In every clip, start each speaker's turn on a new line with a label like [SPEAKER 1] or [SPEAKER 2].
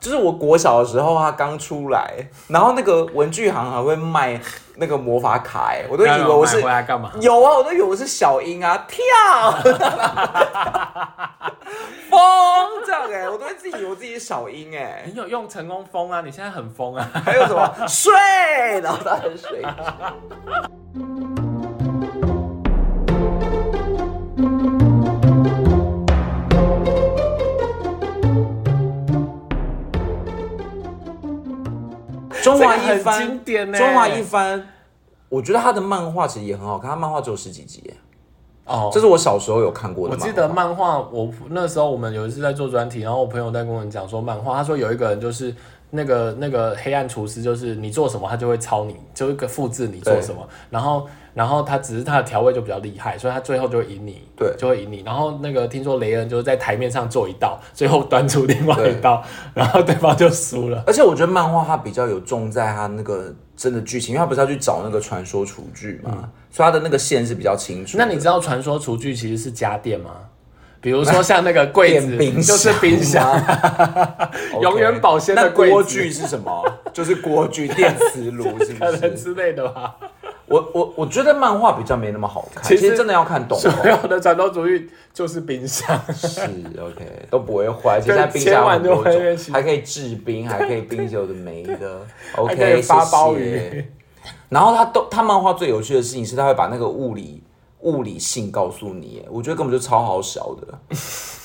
[SPEAKER 1] 就是我国小的时候，它刚出来，然后那个文具行还会卖那个魔法卡、欸，哎，我都以为我是
[SPEAKER 2] 回来干嘛？
[SPEAKER 1] 有啊，我都以为我是小樱啊，跳， 风这样哎、我都会自己以为我自己是小樱哎、
[SPEAKER 2] 你有用成功疯啊！你现在很疯啊！
[SPEAKER 1] 还有什么睡，然后他很睡。中华一
[SPEAKER 2] 这个
[SPEAKER 1] 番
[SPEAKER 2] 很经典欸呢
[SPEAKER 1] 中华一番，我觉得他的漫画其实也很好看，他漫画只有十几集耶，
[SPEAKER 2] 哦
[SPEAKER 1] 这是我小时候有看过的
[SPEAKER 2] 我
[SPEAKER 1] 漫画。
[SPEAKER 2] 记得漫画，我那时候我们有一次在做专题，然后我朋友在跟我们讲说漫画，他说有一个人就是那个那个黑暗厨师，就是你做什么他就会抄你，就是个复制你做什么，然后然后他只是他的调味就比较厉害，所以他最后就会赢你，
[SPEAKER 1] 对
[SPEAKER 2] 就会赢你。然后那个听说雷恩就是在台面上做一道，最后端出另外一道，然后对方就输了。
[SPEAKER 1] 而且我觉得漫画它比较有重在它那个真的剧情，因为它不是要去找那个传说厨具嘛，
[SPEAKER 2] 嗯
[SPEAKER 1] 所以它的那个线是比较清楚的。
[SPEAKER 2] 那你知道传说厨具其实是家电吗？比如说像那个柜子
[SPEAKER 1] 电冰
[SPEAKER 2] 就
[SPEAKER 1] 箱
[SPEAKER 2] 是 冰箱，永远保鲜的
[SPEAKER 1] 那
[SPEAKER 2] 柜
[SPEAKER 1] 锅
[SPEAKER 2] 子
[SPEAKER 1] 具是什么？就是锅具、电磁炉，是
[SPEAKER 2] 可
[SPEAKER 1] 不
[SPEAKER 2] 能
[SPEAKER 1] 是？
[SPEAKER 2] 之类的吧。
[SPEAKER 1] 我我我觉得漫画比较没那么好看，
[SPEAKER 2] 其
[SPEAKER 1] 其
[SPEAKER 2] 实
[SPEAKER 1] 实真的要看懂。
[SPEAKER 2] 所有的传 统主义就是 冰箱，
[SPEAKER 1] 是 OK，都不会坏。而且现在冰箱
[SPEAKER 2] 千
[SPEAKER 1] 有
[SPEAKER 2] 万
[SPEAKER 1] 很多
[SPEAKER 2] 就会
[SPEAKER 1] 种，
[SPEAKER 2] 变形
[SPEAKER 1] 还可以制冰，还可以冰酒的没的。
[SPEAKER 2] 还可
[SPEAKER 1] OK，
[SPEAKER 2] 以发鲍
[SPEAKER 1] 谢谢
[SPEAKER 2] 鱼。
[SPEAKER 1] 然后他都他漫画最有趣的事情是，他会把那个物理物理性告诉你耶，我觉得根本就超好笑的。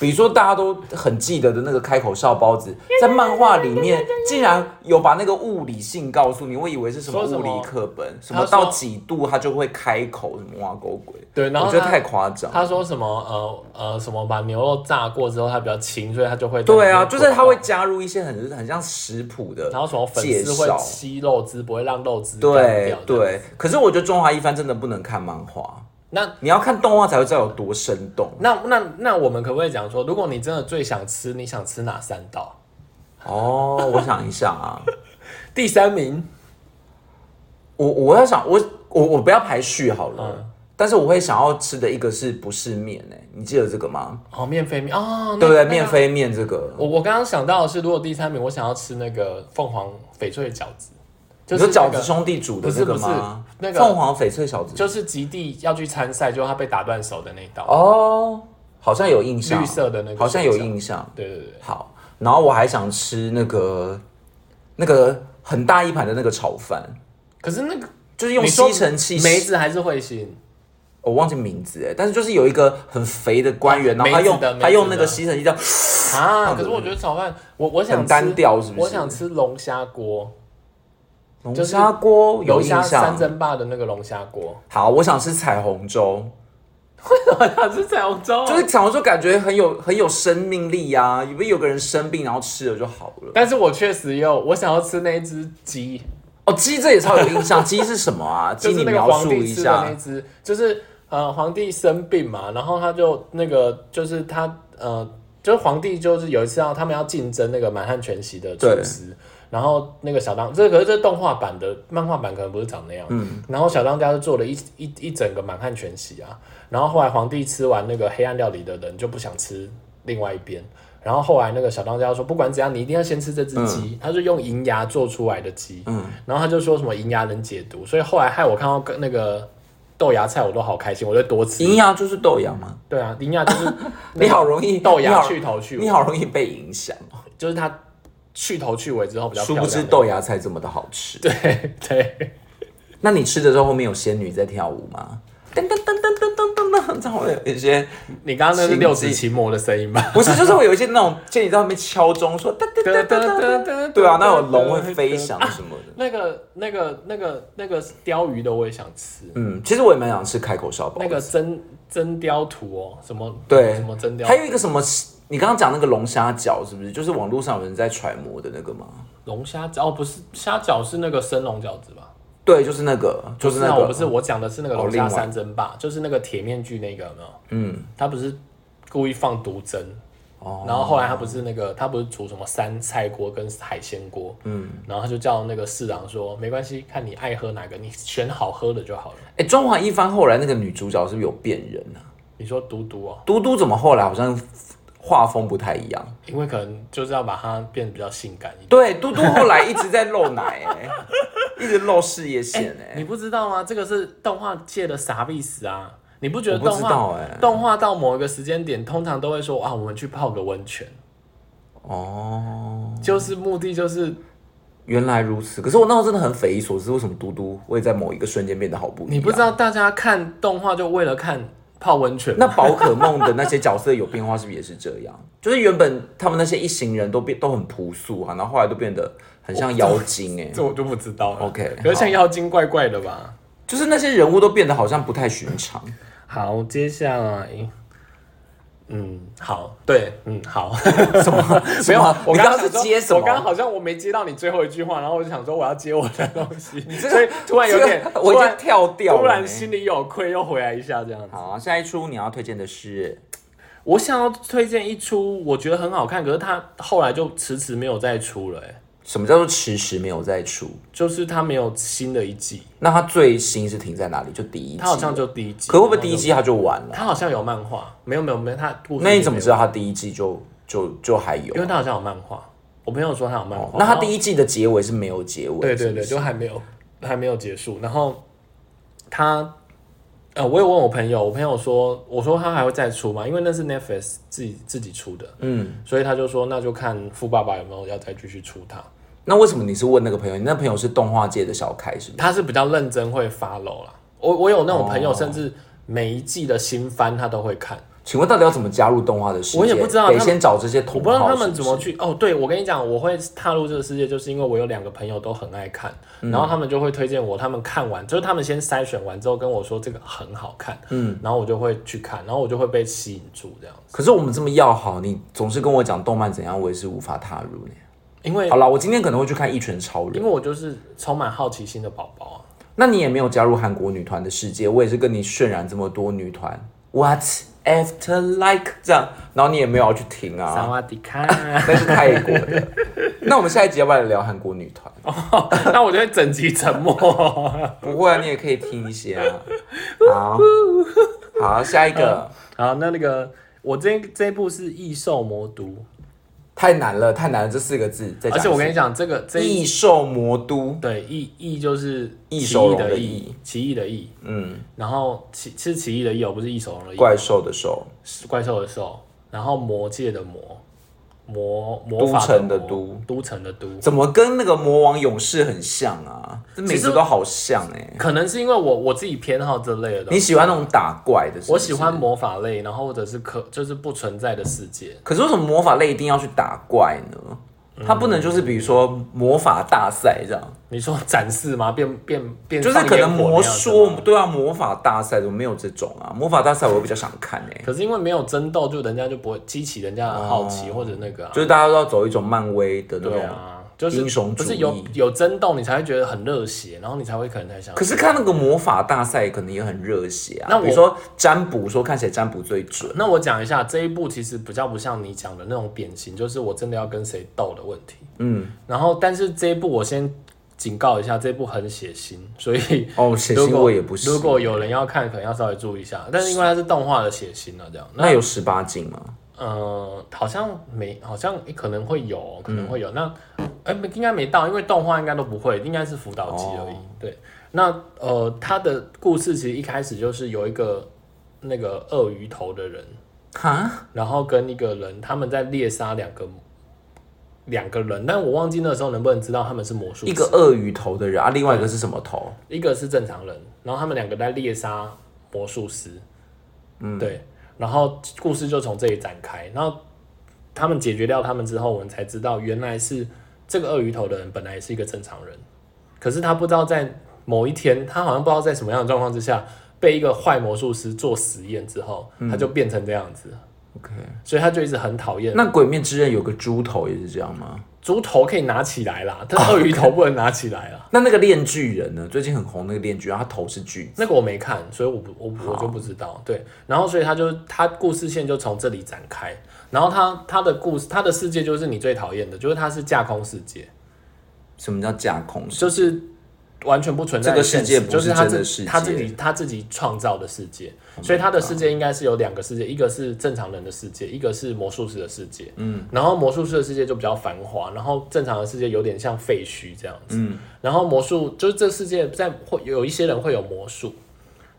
[SPEAKER 1] 比如说大家都很记得的那个开口笑包子，在漫画里面竟然有把那个物理性告诉你，我以为是什么
[SPEAKER 2] 说什
[SPEAKER 1] 物
[SPEAKER 2] 么
[SPEAKER 1] 理课本，什
[SPEAKER 2] 他
[SPEAKER 1] 么
[SPEAKER 2] 说
[SPEAKER 1] 到几度它就会开口，什么挖沟鬼。
[SPEAKER 2] 对然后
[SPEAKER 1] 我觉得
[SPEAKER 2] 他
[SPEAKER 1] 太夸张。
[SPEAKER 2] 他说什么呃呃什么把牛肉炸过之后它比较轻，所以它就会在
[SPEAKER 1] 对啊，
[SPEAKER 2] 里面
[SPEAKER 1] 就是它
[SPEAKER 2] 滚
[SPEAKER 1] 会
[SPEAKER 2] 动，
[SPEAKER 1] 加入一些很很像食谱的，
[SPEAKER 2] 然后什么粉
[SPEAKER 1] 介
[SPEAKER 2] 丝会
[SPEAKER 1] 绍。
[SPEAKER 2] 吸肉汁，不会让肉汁干
[SPEAKER 1] 对
[SPEAKER 2] 掉。，
[SPEAKER 1] 对，可是我觉得中华一番真的不能看漫画，
[SPEAKER 2] 那。
[SPEAKER 1] 你要看动画才会知道有多生动。
[SPEAKER 2] 那那那我们可不可以讲说，如果你真的最想吃，你想吃哪三道？
[SPEAKER 1] 哦，我想一下啊，
[SPEAKER 2] 第三名，
[SPEAKER 1] 我我要想我我我不要排序好了，
[SPEAKER 2] 嗯
[SPEAKER 1] 但是我会想要吃的一个是不是面哎、你记得这个吗？
[SPEAKER 2] 哦，面飞面哦，那
[SPEAKER 1] 对不对？
[SPEAKER 2] 那
[SPEAKER 1] 面飞面这个，
[SPEAKER 2] 我我刚刚想到的是，如果第三名，我想要吃那个凤凰翡翠饺子，就
[SPEAKER 1] 你
[SPEAKER 2] 是
[SPEAKER 1] 说饺
[SPEAKER 2] 那个
[SPEAKER 1] 子兄弟煮的这个吗？
[SPEAKER 2] 不是不是那个
[SPEAKER 1] 凤凰翡翠小子
[SPEAKER 2] 就是极地要去参赛，就他被打断手的那一道，
[SPEAKER 1] 哦，好像有印象，
[SPEAKER 2] 绿色的那个
[SPEAKER 1] 好像有
[SPEAKER 2] 水饺
[SPEAKER 1] 印象。
[SPEAKER 2] 对对对，
[SPEAKER 1] 好，然后我还想吃那个那个很大一盘的那个炒饭，
[SPEAKER 2] 可是那个
[SPEAKER 1] 就是用
[SPEAKER 2] 你说
[SPEAKER 1] 吸尘器吸
[SPEAKER 2] 梅子还是彗 星，
[SPEAKER 1] 我忘记名字哎，但是就是有一个很肥的官员，
[SPEAKER 2] 哦
[SPEAKER 1] 然后他
[SPEAKER 2] 梅子
[SPEAKER 1] 用
[SPEAKER 2] 的梅
[SPEAKER 1] 他
[SPEAKER 2] 子
[SPEAKER 1] 用那
[SPEAKER 2] 的
[SPEAKER 1] 个吸尘器这样，
[SPEAKER 2] 啊！可是我觉得炒饭，我我想
[SPEAKER 1] 很
[SPEAKER 2] 吃
[SPEAKER 1] 单调是不是
[SPEAKER 2] 我想吃龙虾锅，
[SPEAKER 1] 龙
[SPEAKER 2] 就是
[SPEAKER 1] 虾锅有
[SPEAKER 2] 龙
[SPEAKER 1] 印
[SPEAKER 2] 虾
[SPEAKER 1] 象
[SPEAKER 2] 三。珍霸的那个龙虾 锅，
[SPEAKER 1] 好，我想吃彩虹粥，
[SPEAKER 2] 我想吃彩虹粥，
[SPEAKER 1] 就是彩虹粥感觉很有很有生命力呀、啊。有没有有个人生病然后吃了就好了？
[SPEAKER 2] 但是我确实有，我想要吃那一只鸡，
[SPEAKER 1] 哦，鸡这也超有印象， 鸡是什么啊？鸡
[SPEAKER 2] 就是
[SPEAKER 1] 你
[SPEAKER 2] 那个
[SPEAKER 1] 描
[SPEAKER 2] 皇
[SPEAKER 1] 述
[SPEAKER 2] 帝
[SPEAKER 1] 一
[SPEAKER 2] 吃的
[SPEAKER 1] 下
[SPEAKER 2] 那。只，就是呃皇帝生病嘛，然后他就那个就是他呃就是皇帝就是有一次要他们要竞争那个满汉全席的厨
[SPEAKER 1] 对
[SPEAKER 2] 师，然后那个小当这个可是这动画版的漫画版可能不是长那样，
[SPEAKER 1] 嗯
[SPEAKER 2] 然后小当家就做了一一一整个满汉全席啊，然后后来皇帝吃完那个黑暗料理的人就不想吃另外一边。然后后来那个小当家说，不管怎样，你一定要先吃这只鸡。
[SPEAKER 1] 嗯
[SPEAKER 2] 他就用银牙做出来的鸡，然后他就说什么银牙能解毒，所以后来害我看到跟那个豆芽菜，我都好开心，我就多吃。
[SPEAKER 1] 营养就是豆芽吗？
[SPEAKER 2] 对啊，银牙就是
[SPEAKER 1] 你好容易
[SPEAKER 2] 豆
[SPEAKER 1] 你
[SPEAKER 2] 芽
[SPEAKER 1] 好
[SPEAKER 2] 去头去
[SPEAKER 1] 你
[SPEAKER 2] 尾，
[SPEAKER 1] 好容易被影响哦，
[SPEAKER 2] 就是它去头去尾之后比较
[SPEAKER 1] 殊
[SPEAKER 2] 漂
[SPEAKER 1] 不
[SPEAKER 2] 亮
[SPEAKER 1] 知
[SPEAKER 2] 的。
[SPEAKER 1] 豆芽菜这么的好吃。
[SPEAKER 2] 对对，
[SPEAKER 1] 那你吃的时候后面有仙女在跳舞吗？噔噔噔噔噔噔噔噔，这样会有一些
[SPEAKER 2] 你刚刚那是
[SPEAKER 1] 心
[SPEAKER 2] 六指
[SPEAKER 1] 机
[SPEAKER 2] 琴魔的声音吧？
[SPEAKER 1] 不是，就是会有一些那种仙女在后面敲钟说噔噔噔噔噔噔，对啊，那有龙会飞翔什么的。
[SPEAKER 2] 那个那个那个那个鲷鱼的我也想吃，
[SPEAKER 1] 嗯，其实我也蛮想吃开口烧包
[SPEAKER 2] 那
[SPEAKER 1] 的。
[SPEAKER 2] 个真真雕图哦，什么
[SPEAKER 1] 对
[SPEAKER 2] 什么真雕
[SPEAKER 1] 还有一个什么，你刚刚讲那个龙虾饺是不是？就是网络上有人在揣摩的那个吗？
[SPEAKER 2] 龙虾饺哦，不是虾饺是那个生龙饺子吧？
[SPEAKER 1] 对，就是那个，就是那
[SPEAKER 2] 啊
[SPEAKER 1] 个。
[SPEAKER 2] 我不是我讲的是那个
[SPEAKER 1] 哦
[SPEAKER 2] 龙
[SPEAKER 1] 另
[SPEAKER 2] 虾
[SPEAKER 1] 外
[SPEAKER 2] 三珍吧，就是那个铁面具那个有没有？嗯，他不是故意放毒针。
[SPEAKER 1] 哦
[SPEAKER 2] 然后后来他不是那个，他不是煮什么三菜锅跟海鲜锅，嗯，然后他就叫那个侍郎说，没关系，看你爱喝哪个，你选好喝的就好了。
[SPEAKER 1] 哎，中华一番后来那个女主角是不是有变人啊？
[SPEAKER 2] 你说毒毒哦，
[SPEAKER 1] 嘟嘟怎么后来好像画风不太一样。
[SPEAKER 2] 因为可能就是要把它变得比较性感一点。
[SPEAKER 1] 对，嘟嘟后来一直在露奶、欸，一直露事业线哎、
[SPEAKER 2] 你不知道吗？这个是动画界的傻逼死啊！你不觉得
[SPEAKER 1] 我不
[SPEAKER 2] 动
[SPEAKER 1] 知
[SPEAKER 2] 画、
[SPEAKER 1] 道欸
[SPEAKER 2] 动画到某一个时间点，通常都会说啊，我们去泡个温泉，
[SPEAKER 1] 哦，
[SPEAKER 2] 就是目的就是
[SPEAKER 1] 原来如此。可是我那时候真的很匪夷所思，为什么嘟嘟会在某一个瞬间变得好不一样？
[SPEAKER 2] 你不知道大家看动画就为了看泡温泉吗，
[SPEAKER 1] 那宝可梦的那些角色有变化，是不是也是这样？就是原本他们那些一行人都变都很朴素啊，然后后来都变得很像妖精哎、
[SPEAKER 2] 这我就不知道了。
[SPEAKER 1] OK，
[SPEAKER 2] 可是
[SPEAKER 1] 好
[SPEAKER 2] 像妖精怪怪的吧？
[SPEAKER 1] 就是那些人物都变得好像不太寻 常。
[SPEAKER 2] 好，接下来，嗯，好，对，嗯，好，
[SPEAKER 1] 没
[SPEAKER 2] 没有，我
[SPEAKER 1] 你
[SPEAKER 2] 刚
[SPEAKER 1] 刚
[SPEAKER 2] 刚
[SPEAKER 1] 刚是
[SPEAKER 2] 想说
[SPEAKER 1] 接什么？
[SPEAKER 2] 我刚刚好像我没接到你最后一句话，然后我就想说我要接我的东西，
[SPEAKER 1] 这
[SPEAKER 2] 所以
[SPEAKER 1] 个
[SPEAKER 2] 突然有点，
[SPEAKER 1] 这个我已
[SPEAKER 2] 突
[SPEAKER 1] 经
[SPEAKER 2] 然
[SPEAKER 1] 跳掉了呢。欸
[SPEAKER 2] 突然心里有愧，又回来一下这样子。
[SPEAKER 1] 好，下一出你要推荐的是
[SPEAKER 2] 我想要推荐一出我觉得很好看，可是它后来就迟迟没有再出了、欸，
[SPEAKER 1] 什么叫做迟迟没有再出？
[SPEAKER 2] 就是它没有新的一季，
[SPEAKER 1] 那它最新是停在哪里？就第一季，
[SPEAKER 2] 它好像就第一季，
[SPEAKER 1] 可会不会第一季它就完了？
[SPEAKER 2] 它好像有漫画，没有没有没有，它故事
[SPEAKER 1] 那你怎么
[SPEAKER 2] 没有
[SPEAKER 1] 知道？它第一季就就就还有
[SPEAKER 2] 因？为它好像有漫画，我朋友说它有漫画、
[SPEAKER 1] 哦那它
[SPEAKER 2] 一
[SPEAKER 1] 第一季的结尾是没有结尾，
[SPEAKER 2] 对对
[SPEAKER 1] 是不
[SPEAKER 2] 对，
[SPEAKER 1] 是
[SPEAKER 2] 就还没有还没有结束。然后他呃，我有问我朋友，我朋友说，我说他还会再出吗？因为那是 Netflix 自己自己出的，
[SPEAKER 1] 嗯，
[SPEAKER 2] 所以他就说那就看富爸爸有没有要再继续出它。
[SPEAKER 1] 那为什么你是问那个朋友？你那朋友是动画界的小开是吗？
[SPEAKER 2] 他是比较认真会 follow 啦。我我有那种朋友，
[SPEAKER 1] 哦
[SPEAKER 2] 甚至每一季的新番他都会看。
[SPEAKER 1] 请问到底要怎么加入动画的世界？
[SPEAKER 2] 我也不知道
[SPEAKER 1] 得
[SPEAKER 2] 他们
[SPEAKER 1] 先找这些
[SPEAKER 2] 我
[SPEAKER 1] 同
[SPEAKER 2] 不知道
[SPEAKER 1] 好
[SPEAKER 2] 他
[SPEAKER 1] 是
[SPEAKER 2] 们
[SPEAKER 1] 不
[SPEAKER 2] 怎么
[SPEAKER 1] 是
[SPEAKER 2] 去哦。对，我跟你讲，我会踏入这个世界，就是因为我有两个朋友都很爱看，然后他们就会推荐我，他们看完就是他们先筛选完之后跟我说这个很好看，嗯，然后我就会去看，然后我就会被吸引住这样，
[SPEAKER 1] 可是我们这么要好，你总是跟我讲动漫怎样，我也是无法踏入呢。
[SPEAKER 2] 因为
[SPEAKER 1] 好啦，我今天可能会去看《一拳超人
[SPEAKER 2] 因》为，我就是充满好奇心的宝宝啊。
[SPEAKER 1] 那你也没有加入韩国女团的世界，我也是跟你渲染这么多女团，What after like 这样，然后你也没有要去听
[SPEAKER 2] 萨
[SPEAKER 1] 啊，
[SPEAKER 2] 瓦迪 卡，
[SPEAKER 1] 那是泰国 的。那我们下一集要不要来聊韩国女团？
[SPEAKER 2] 哦那我就会整集沉默。
[SPEAKER 1] 不会啊，你也可以听一些啊。好，好，下一个
[SPEAKER 2] 好，那那个我这这一部是《异兽魔都》，
[SPEAKER 1] 太难了，太难了，这四个字。再讲
[SPEAKER 2] 而
[SPEAKER 1] 一
[SPEAKER 2] 且我跟你
[SPEAKER 1] 次
[SPEAKER 2] 讲，这个这一
[SPEAKER 1] 异兽魔都，
[SPEAKER 2] 对异异就是
[SPEAKER 1] 异
[SPEAKER 2] 奇
[SPEAKER 1] 兽
[SPEAKER 2] 异
[SPEAKER 1] 龙
[SPEAKER 2] 的
[SPEAKER 1] 的
[SPEAKER 2] 异
[SPEAKER 1] 异，
[SPEAKER 2] 奇异的异，
[SPEAKER 1] 嗯，
[SPEAKER 2] 然后奇是奇异的异哦，不是异手龙的异，
[SPEAKER 1] 怪兽的兽，
[SPEAKER 2] 是怪兽的兽，然后魔界的魔，魔魔法
[SPEAKER 1] 都城的
[SPEAKER 2] 魔
[SPEAKER 1] 都，
[SPEAKER 2] 都城的都。
[SPEAKER 1] 怎么跟那个魔王勇士很像啊？这每
[SPEAKER 2] 其实
[SPEAKER 1] 次都好像哎、
[SPEAKER 2] 可能是因为我我自己偏好这类的东
[SPEAKER 1] 你
[SPEAKER 2] 西，
[SPEAKER 1] 喜欢那种打怪的是不是
[SPEAKER 2] 我喜欢魔法类，然后或者是可就是不存在的世界。
[SPEAKER 1] 可是为什么魔法类一定要去打怪呢？它不能就是比如说魔法大赛这样，
[SPEAKER 2] 你说 展示吗？变变变，
[SPEAKER 1] 就是可能魔
[SPEAKER 2] 说。
[SPEAKER 1] 术对啊，魔法大赛怎么没有这种啊？魔法大赛我比较想看哎、
[SPEAKER 2] 可是因为没有争斗，就人家就不会激起人家的好奇或者那个啊。
[SPEAKER 1] 哦就是大家都要走一种漫威的那
[SPEAKER 2] 对
[SPEAKER 1] 种。
[SPEAKER 2] 啊，就是
[SPEAKER 1] 英雄主
[SPEAKER 2] 不
[SPEAKER 1] 义
[SPEAKER 2] 是有有争斗，你才会觉得很热血，然后你才会可能才想。
[SPEAKER 1] 可是看那个魔法大赛可能也很热血啊，
[SPEAKER 2] 那我
[SPEAKER 1] 比如说占卜，说看谁占卜最准。
[SPEAKER 2] 那我讲一下这一部，其实比较不像你讲的那种典型，就是我真的要跟谁斗的问题。
[SPEAKER 1] 嗯，
[SPEAKER 2] 然后，但是这一部我先警告一下，这一部很血腥，所以
[SPEAKER 1] 哦，血
[SPEAKER 2] 嗯如
[SPEAKER 1] 腥
[SPEAKER 2] 果
[SPEAKER 1] 我也不是。
[SPEAKER 2] 如果有人要看，可能要稍微注意一下。但是因为它是动画的血腥啊了、这样。
[SPEAKER 1] 那有十八禁吗？
[SPEAKER 2] 呃，好像没，好像诶可能会有，可能会
[SPEAKER 1] 嗯
[SPEAKER 2] 有。那哎、没应该没到，因为动画应该都不会，应该是辅导级而已。
[SPEAKER 1] 哦
[SPEAKER 2] 对，那呃，他的故事其实一开始就是有一个那个鳄鱼头的人，
[SPEAKER 1] 哈，
[SPEAKER 2] 然后跟一个人他们在猎杀两个两个人，但我忘记那时候能不能知道他们是魔术师，
[SPEAKER 1] 一个鳄鱼头的人啊，另外一个是什么头？
[SPEAKER 2] 一个是正常人，然后他们两个在猎杀魔术师，嗯，对，然后故事就从这里展开。然后他们解决掉他们之后，我们才知道原来是这个鳄鱼头的人本来是一个正常人，可是他不知道在某一天，他好像不知道在什么样的状况之下，被一个坏魔术师做实验之后，他就变成这样子，
[SPEAKER 1] OK，
[SPEAKER 2] 所以他就一直很讨厌。
[SPEAKER 1] 那《鬼面之刃》有个猪头也是这样吗？
[SPEAKER 2] 猪头可以拿起来啦，但鳄鱼头不能拿起来啊啦。
[SPEAKER 1] 那那个链锯人呢？最近很红那个链锯人，他头是锯子。
[SPEAKER 2] 那个我没看，所以我不我不我就不知道。对，然后所以他就他故事线就从这里展开，然后他他的故事他的世界就是你最讨厌的，就是他是架空世界，
[SPEAKER 1] 什么叫架空？
[SPEAKER 2] 就是完全不存在
[SPEAKER 1] 这个
[SPEAKER 2] 的现
[SPEAKER 1] 世界
[SPEAKER 2] 实，
[SPEAKER 1] 不
[SPEAKER 2] 就是他
[SPEAKER 1] 真的
[SPEAKER 2] 自
[SPEAKER 1] 世
[SPEAKER 2] 他自
[SPEAKER 1] 界
[SPEAKER 2] 己他自己创造的世界，所以他的世界应该是有两个世界，一个是正常人的世界，一个是魔术师的世界。嗯，然后魔术师的世界就比较繁华，然后正常的世界有点像废墟这样子。嗯，然后魔术就是这世界在会有一些人会有魔术。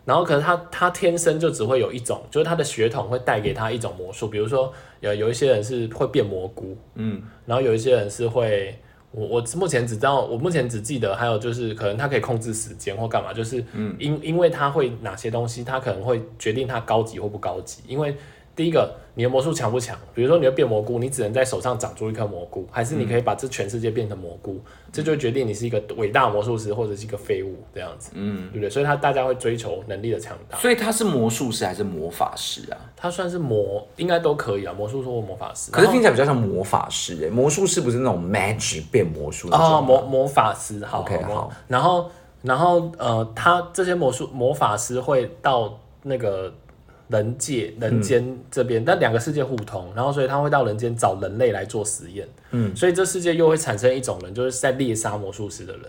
[SPEAKER 2] 然后可能他他天生就只会有一种，就是他的血统会带给他一种魔术，比如说有有一些人是会变蘑菇，嗯，然后有一些人是会，我我目前只知道，我目前只记得还有就是可能他可以控制时间或干嘛，就是
[SPEAKER 1] 嗯
[SPEAKER 2] 因、因为他会哪些东西，他可能会决定他高级或不高级，因为。第一个，你的魔术强不强？比如说你会变蘑菇，你只能在手上长出一颗蘑菇，还是你
[SPEAKER 1] 嗯
[SPEAKER 2] 可以把这全世界变成蘑菇？这就决定你是一个伟大魔术师或者是一个废物这样子。
[SPEAKER 1] 嗯
[SPEAKER 2] 对不对？所以他大家会追求能力的强大。
[SPEAKER 1] 所以他是魔术师还是魔法师啊？
[SPEAKER 2] 他算是魔，应该都可以啊，魔术师或魔法师。
[SPEAKER 1] 可是
[SPEAKER 2] 然后
[SPEAKER 1] 听起来比较像魔法师哎、魔术师不是那种 magic 变魔术那
[SPEAKER 2] 哦，
[SPEAKER 1] 种
[SPEAKER 2] 魔
[SPEAKER 1] 吗？
[SPEAKER 2] 魔法师，好
[SPEAKER 1] OK，
[SPEAKER 2] 魔
[SPEAKER 1] 好
[SPEAKER 2] 然后，然后呃，他这些魔术魔法师会到那个人界
[SPEAKER 1] 嗯
[SPEAKER 2] 人间这边，但两个世界互通，然后所以他会到人间找人类来做实验。嗯，所以这世界又会产生一种人，就是在猎杀魔术师的人，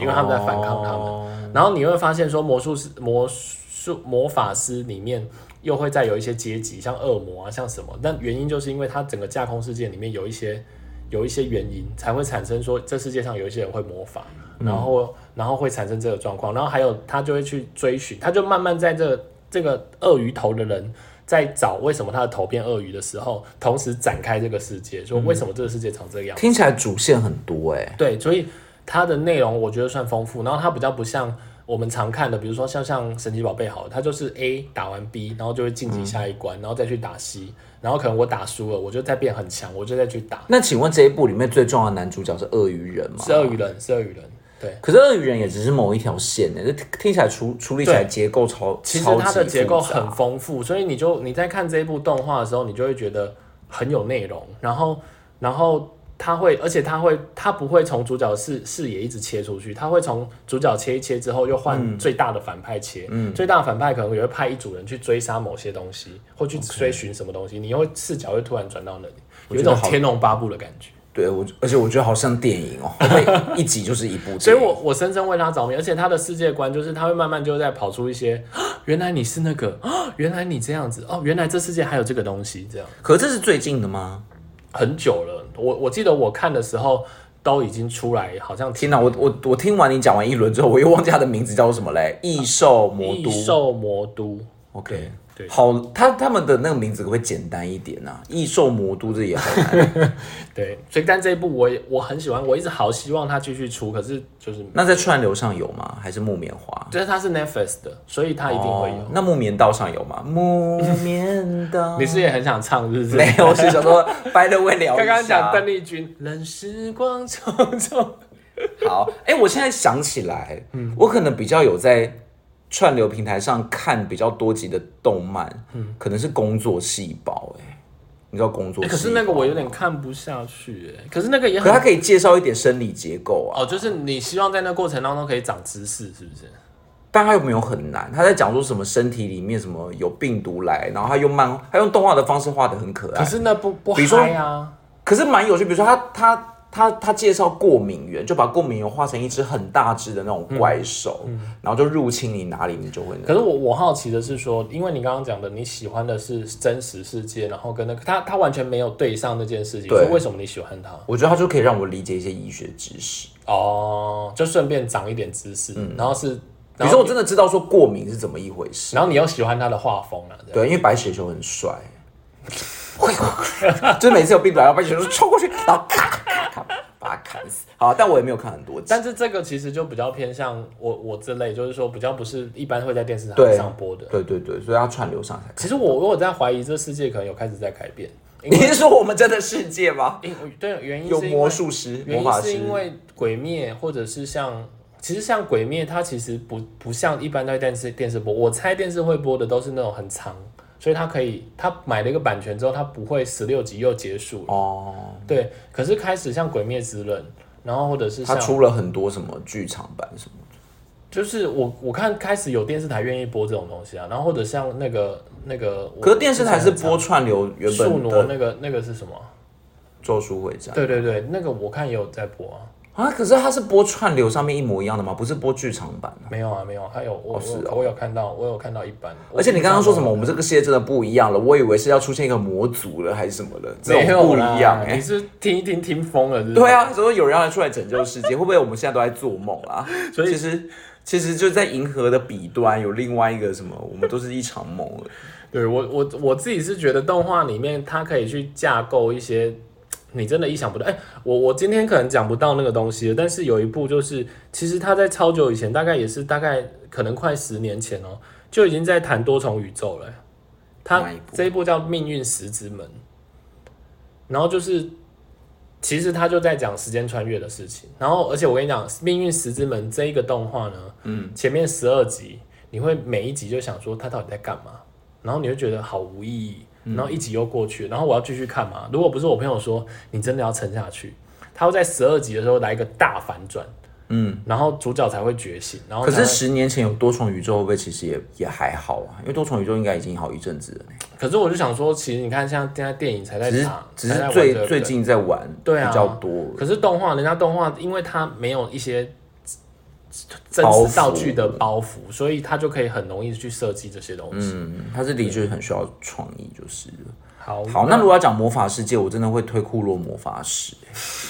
[SPEAKER 2] 因为他们在反抗他们。
[SPEAKER 1] 哦
[SPEAKER 2] 然后你会发现说魔术师、魔术、魔法师里面又会再有一些阶级，像恶魔啊，像什么。但原因就是因为它整个架空世界里面有一些有一些原因，才会产生说这世界上有一些人会魔法，然后、然后会产生这个状况。然后还有他就会去追寻，他就慢慢在这个这个鳄鱼头的人。在找为什么他的头变鳄鱼的时候，同时展开这个世界，说为什么这个世界长这个样子。
[SPEAKER 1] 听起来主线很多哎、
[SPEAKER 2] 对，所以它的内容我觉得算丰富，然后它比较不像我们常看的，比如说像像神奇宝贝好了，它就是 A 打完 B，然后就会晋级下一关，然后再去打 C，然后可能我打输了，我就再变很强，我就再去打。
[SPEAKER 1] 那请问这一部里面最重要的男主角是鳄鱼人吗？
[SPEAKER 2] 是鳄鱼人，是鳄鱼人，对。
[SPEAKER 1] 可是鳄鱼人也只是某一条线呢、欸这听起来处处理起来结构超
[SPEAKER 2] 其实
[SPEAKER 1] 超级
[SPEAKER 2] 它的结构
[SPEAKER 1] 复杂
[SPEAKER 2] 很丰富，所以你就你在看这一部动画的时候，你就会觉得很有内容。然后，然后它会，而且它会，它不会从主角视视野一直切出去，它会从主角切一切之后，又换最大的反派切。嗯，最大的反派可能也会派一组人去追杀某些东西，或去追寻什么东西，你会视角会突然转到那里，有一
[SPEAKER 1] 觉得
[SPEAKER 2] 种
[SPEAKER 1] 好
[SPEAKER 2] 《天龙八部》的感觉。
[SPEAKER 1] 对我，而且我觉得好像电影哦、会一集就是一部电影。
[SPEAKER 2] 所以我我深深为他着迷，而且他的世界观就是他会慢慢就在跑出一些，啊原来你是那个， 啊原来你这样子，哦，原来这世界还有这个东西，这样
[SPEAKER 1] 可这是最近的吗？
[SPEAKER 2] 很久了。我我记得我看的时候都已经出来，好像
[SPEAKER 1] 天哪，我我我听完你讲完一轮之后，我又忘记它的名字叫做什么嘞？异兽魔
[SPEAKER 2] 异
[SPEAKER 1] 都。
[SPEAKER 2] 兽魔都，
[SPEAKER 1] OK，
[SPEAKER 2] 对
[SPEAKER 1] 好，他他们的那个名字可不可以简单一点啊？异兽魔都这也好 难。
[SPEAKER 2] 对，所以但这一部我也我很喜欢，我一直好希望他继续出，可是就是，
[SPEAKER 1] 那在串流上有吗？还是木棉花？
[SPEAKER 2] 就是它是 Netflix 的，所以它一定会有。
[SPEAKER 1] 哦那木棉道上有吗？木棉道
[SPEAKER 2] 你是也很想唱，是不是？
[SPEAKER 1] 没有，我是想说 by the way 聊一下
[SPEAKER 2] 刚刚讲邓丽君，任时光 匆匆。
[SPEAKER 1] 好，哎、我现在想起来，
[SPEAKER 2] 嗯
[SPEAKER 1] 我可能比较有在串流平台上看比较多集的动漫，
[SPEAKER 2] 嗯
[SPEAKER 1] 可能是工作细胞、哎，你知道工作
[SPEAKER 2] 欸
[SPEAKER 1] 细胞、
[SPEAKER 2] 可是那个我有点看不下去、欸，可是那个也
[SPEAKER 1] 可
[SPEAKER 2] 很
[SPEAKER 1] 它可以介绍一点生理结构啊，
[SPEAKER 2] 哦，就是你希望在那过程当中可以长知识，是不是？
[SPEAKER 1] 哎但它又没有很难。他在讲说什么身体里面什么有病毒来，然后他用漫，他用动画的方式画的很可爱。
[SPEAKER 2] 可是那不不
[SPEAKER 1] 比如说
[SPEAKER 2] 嗨啊，
[SPEAKER 1] 可是蛮有趣，比如说他他他他介绍过敏源，就把过敏源画成一只很大只的那种怪兽，然后就入侵你哪里，你就会那
[SPEAKER 2] 嗯可是我我好奇的是说，因为你刚刚讲的你喜欢的是真实世界，然后跟那个他他完全没有对上那件事情，
[SPEAKER 1] 对
[SPEAKER 2] 所以为什么你喜欢他？
[SPEAKER 1] 我觉得它就可以让我理解一些医学知识。
[SPEAKER 2] 哦，就顺便长一点知识，然后是，
[SPEAKER 1] 嗯比
[SPEAKER 2] 然
[SPEAKER 1] 如说
[SPEAKER 2] 后
[SPEAKER 1] 我真的知道说过敏是怎么一回事，
[SPEAKER 2] 然后你又喜欢他的画风啊，这样
[SPEAKER 1] 对，因为白血球很帅， 会，就是每次有病毒来，然后白血球就冲过去，然后咔咔咔把它砍死。好，但我也没有看很多集。
[SPEAKER 2] 但是这个其实就比较偏向我我这类，就是说比较不是一般会在电视台
[SPEAKER 1] 对
[SPEAKER 2] 上播的。
[SPEAKER 1] 对对对，所以它串流上才看。
[SPEAKER 2] 其实我我有在怀疑，这世界可能有开始在改变，因
[SPEAKER 1] 你
[SPEAKER 2] 为
[SPEAKER 1] 是说我们真的世界吗？
[SPEAKER 2] 因对原因是
[SPEAKER 1] 有
[SPEAKER 2] 因为
[SPEAKER 1] 魔术师、
[SPEAKER 2] 原
[SPEAKER 1] 魔
[SPEAKER 2] 因
[SPEAKER 1] 法
[SPEAKER 2] 是
[SPEAKER 1] 师
[SPEAKER 2] 因，为鬼灭或者是像，其实像鬼灭，它其实不不像一般在电视电视播，我猜电视会播的都是那种很长，所以它可以，它买了一个版权之后，它不会十六集又结束了，
[SPEAKER 1] 哦，
[SPEAKER 2] 对。可是开始像鬼灭之刃，然后或者是
[SPEAKER 1] 他
[SPEAKER 2] 像，
[SPEAKER 1] 出了很多什么剧场版什么的。
[SPEAKER 2] 就是我我看开始有电视台愿意播这种东西啊，然后或者像那个那个，我
[SPEAKER 1] 可是电视台是播串流原
[SPEAKER 2] 之前很常
[SPEAKER 1] 本
[SPEAKER 2] 树
[SPEAKER 1] 的
[SPEAKER 2] 挪
[SPEAKER 1] 《
[SPEAKER 2] 那个那个是什么？
[SPEAKER 1] 咒术回战》，
[SPEAKER 2] 对对对，那个我看也有在播啊。
[SPEAKER 1] 啊，可是它是播串流上面一模一样的吗？不是播剧场版啊
[SPEAKER 2] 没有啊，没有啊，还有我、
[SPEAKER 1] 哦是
[SPEAKER 2] 我我有看到，我有看到一版。
[SPEAKER 1] 而且你刚刚说什么，我们这个世界真的不一样了，我以为是要出现一个模组了还是什么了，这
[SPEAKER 2] 没
[SPEAKER 1] 种不
[SPEAKER 2] 有
[SPEAKER 1] 一
[SPEAKER 2] 啦
[SPEAKER 1] 样哎、
[SPEAKER 2] 你是听一听听疯了是不是？
[SPEAKER 1] 对，啊，所以有人要来出来拯救世界，会不会我们现在都在做梦啊？
[SPEAKER 2] 所以
[SPEAKER 1] 其实其实就在银河的彼端有另外一个什么，我们都是一场梦了。
[SPEAKER 2] 对我我我自己是觉得动画里面它可以去架构一些你真的意想不到。哎、我我今天可能讲不到那个东西了，但是有一部就是，其实它在超久以前，大概也是大概可能快十年前哦，就已经在谈多重宇宙了。欸它
[SPEAKER 1] 哪一部
[SPEAKER 2] 这一部叫《命运石之门》，然后就是。其实它就在讲时间穿越的事情，然后而且我跟你讲，《命运石之门》这一个动画呢，嗯，前面十二集你会每一集就想说它到底在干嘛，然后你会觉得好无意义，
[SPEAKER 1] 嗯
[SPEAKER 2] 然后一集又过去，然后我要继续看嘛？如果不是我朋友说你真的要撑下去，他会在十二集的时候来一个大反转，
[SPEAKER 1] 嗯，
[SPEAKER 2] 然后主角才会觉醒，然后
[SPEAKER 1] 可
[SPEAKER 2] 才
[SPEAKER 1] 是
[SPEAKER 2] 会
[SPEAKER 1] 十年前有多重宇宙，会不会其实也也还好啊？因为多重宇宙应该已经好一阵子了，
[SPEAKER 2] 可是我就想说，其实你看像现在电影才在
[SPEAKER 1] 只是
[SPEAKER 2] 打，
[SPEAKER 1] 只
[SPEAKER 2] 才
[SPEAKER 1] 是
[SPEAKER 2] 啊在玩这
[SPEAKER 1] 最
[SPEAKER 2] 个
[SPEAKER 1] 最近在玩
[SPEAKER 2] 对啊
[SPEAKER 1] 比较多。
[SPEAKER 2] 可是动画，人家动画，因为它没有一些真
[SPEAKER 1] 包
[SPEAKER 2] 实
[SPEAKER 1] 袱
[SPEAKER 2] 道具的包袱，所以它就可以很容易去设计这些东西。
[SPEAKER 1] 嗯，它是的确很需要创意，就是了。
[SPEAKER 2] 好，
[SPEAKER 1] 好，那如果要讲魔法世界，我真的会推库洛魔法使、欸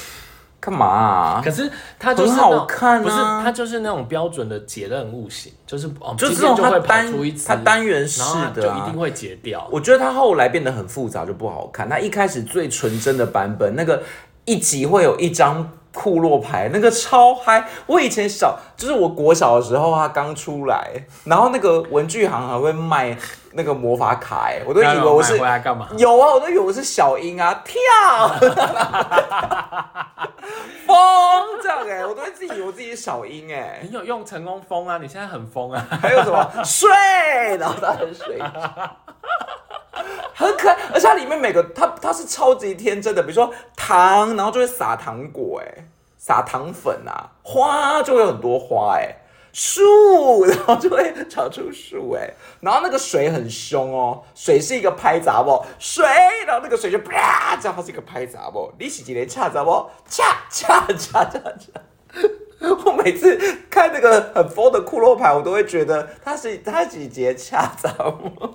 [SPEAKER 1] 干嘛、啊？
[SPEAKER 2] 可是它就是
[SPEAKER 1] 很
[SPEAKER 2] 那种
[SPEAKER 1] 好看啊
[SPEAKER 2] 不是它就是那种标准的解任务型，就是哦，
[SPEAKER 1] 就
[SPEAKER 2] 今
[SPEAKER 1] 这
[SPEAKER 2] 天
[SPEAKER 1] 种
[SPEAKER 2] 就会
[SPEAKER 1] 它
[SPEAKER 2] 跑
[SPEAKER 1] 单
[SPEAKER 2] 出一次，
[SPEAKER 1] 它单元式
[SPEAKER 2] 然后它就
[SPEAKER 1] 的、
[SPEAKER 2] 一
[SPEAKER 1] 啊
[SPEAKER 2] 定，会解掉。
[SPEAKER 1] 我觉得它后来变得很复杂，就不好看。它一开始最纯真的版本，那个一集会有一张库洛牌，那个超嗨。我以前小，就是我国小的时候，它刚出来，然后那个文具行啊还会卖那个魔法卡、哎，我都以为我是
[SPEAKER 2] 那我买回来干嘛？
[SPEAKER 1] 有啊，我都以为我是小樱啊，跳， 风这样哎、我都会自己以为我自己是小樱哎、
[SPEAKER 2] 你有用成功疯啊？你现在很疯啊！
[SPEAKER 1] 还有什么睡，然后他很睡，很可爱，而且它里面每个它它是超级天真的，比如说糖，然后就会撒糖果、哎，撒糖粉啊，花就会有很多花、哎，树，然后就会长出树、哎，然后那个水很凶哦，水是一个拍杂包，水，然后那个水就啪，这样它是一个拍杂包，你洗几连恰杂包，恰恰恰恰恰。 我每次看那个很疯的骷髅牌，我都会觉得它是它几节恰杂包，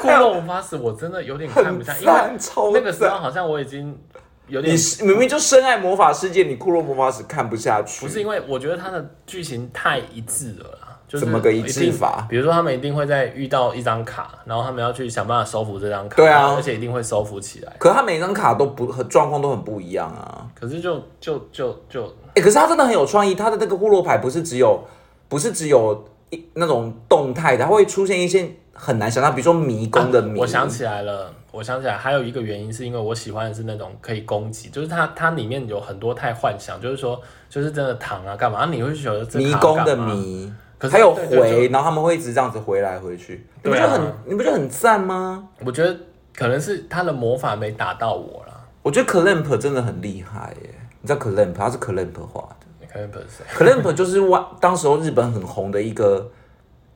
[SPEAKER 2] 骷髅发誓，我真的有点看
[SPEAKER 1] 很
[SPEAKER 2] 不下，因为
[SPEAKER 1] 赞，超
[SPEAKER 2] 那个时
[SPEAKER 1] 赞
[SPEAKER 2] 候好像我已经有 点
[SPEAKER 1] 你是明明就深爱魔法世界，你骷髅魔法使看不下去，
[SPEAKER 2] 不是因为我觉得它的剧情太一致了啦，就是
[SPEAKER 1] 怎么个一
[SPEAKER 2] 一
[SPEAKER 1] 致
[SPEAKER 2] 定
[SPEAKER 1] 法
[SPEAKER 2] 比如说他们一定会在遇到一张卡，然后他们要去想办法收服这张卡，
[SPEAKER 1] 对啊
[SPEAKER 2] 然后而且一定会收服起来。
[SPEAKER 1] 可他每张卡都不很状况都很不一样啊。
[SPEAKER 2] 可是就就就就
[SPEAKER 1] 哎、可是他真的很有创意，他的那个骷髅牌不是只有不是只有一那种动态的，它会出现一些很难想象，比如说迷宫的
[SPEAKER 2] 啊
[SPEAKER 1] 迷、
[SPEAKER 2] 我想起来了，我想起来还有一个原因是因为我喜欢的是那种可以攻击，就是它它里面有很多太幻想，就是说就是真的躺啊干嘛，啊你会觉得这
[SPEAKER 1] 迷
[SPEAKER 2] 卡
[SPEAKER 1] 宫的
[SPEAKER 2] 干嘛，
[SPEAKER 1] 迷，
[SPEAKER 2] 可是
[SPEAKER 1] 还有回，
[SPEAKER 2] 对对对
[SPEAKER 1] 然后他们会一直这样子回来回去，你不
[SPEAKER 2] 对
[SPEAKER 1] 觉
[SPEAKER 2] 啊
[SPEAKER 1] 得很、你不觉得很赞吗？
[SPEAKER 2] 我觉得可能是他的魔法没打到我啦。
[SPEAKER 1] 我觉得 Clamp 真的很厉害耶，你知道 Clamp 它是 Clamp 画的
[SPEAKER 2] 你看本身，
[SPEAKER 1] ，Clamp 就是外当时候日本很红的一个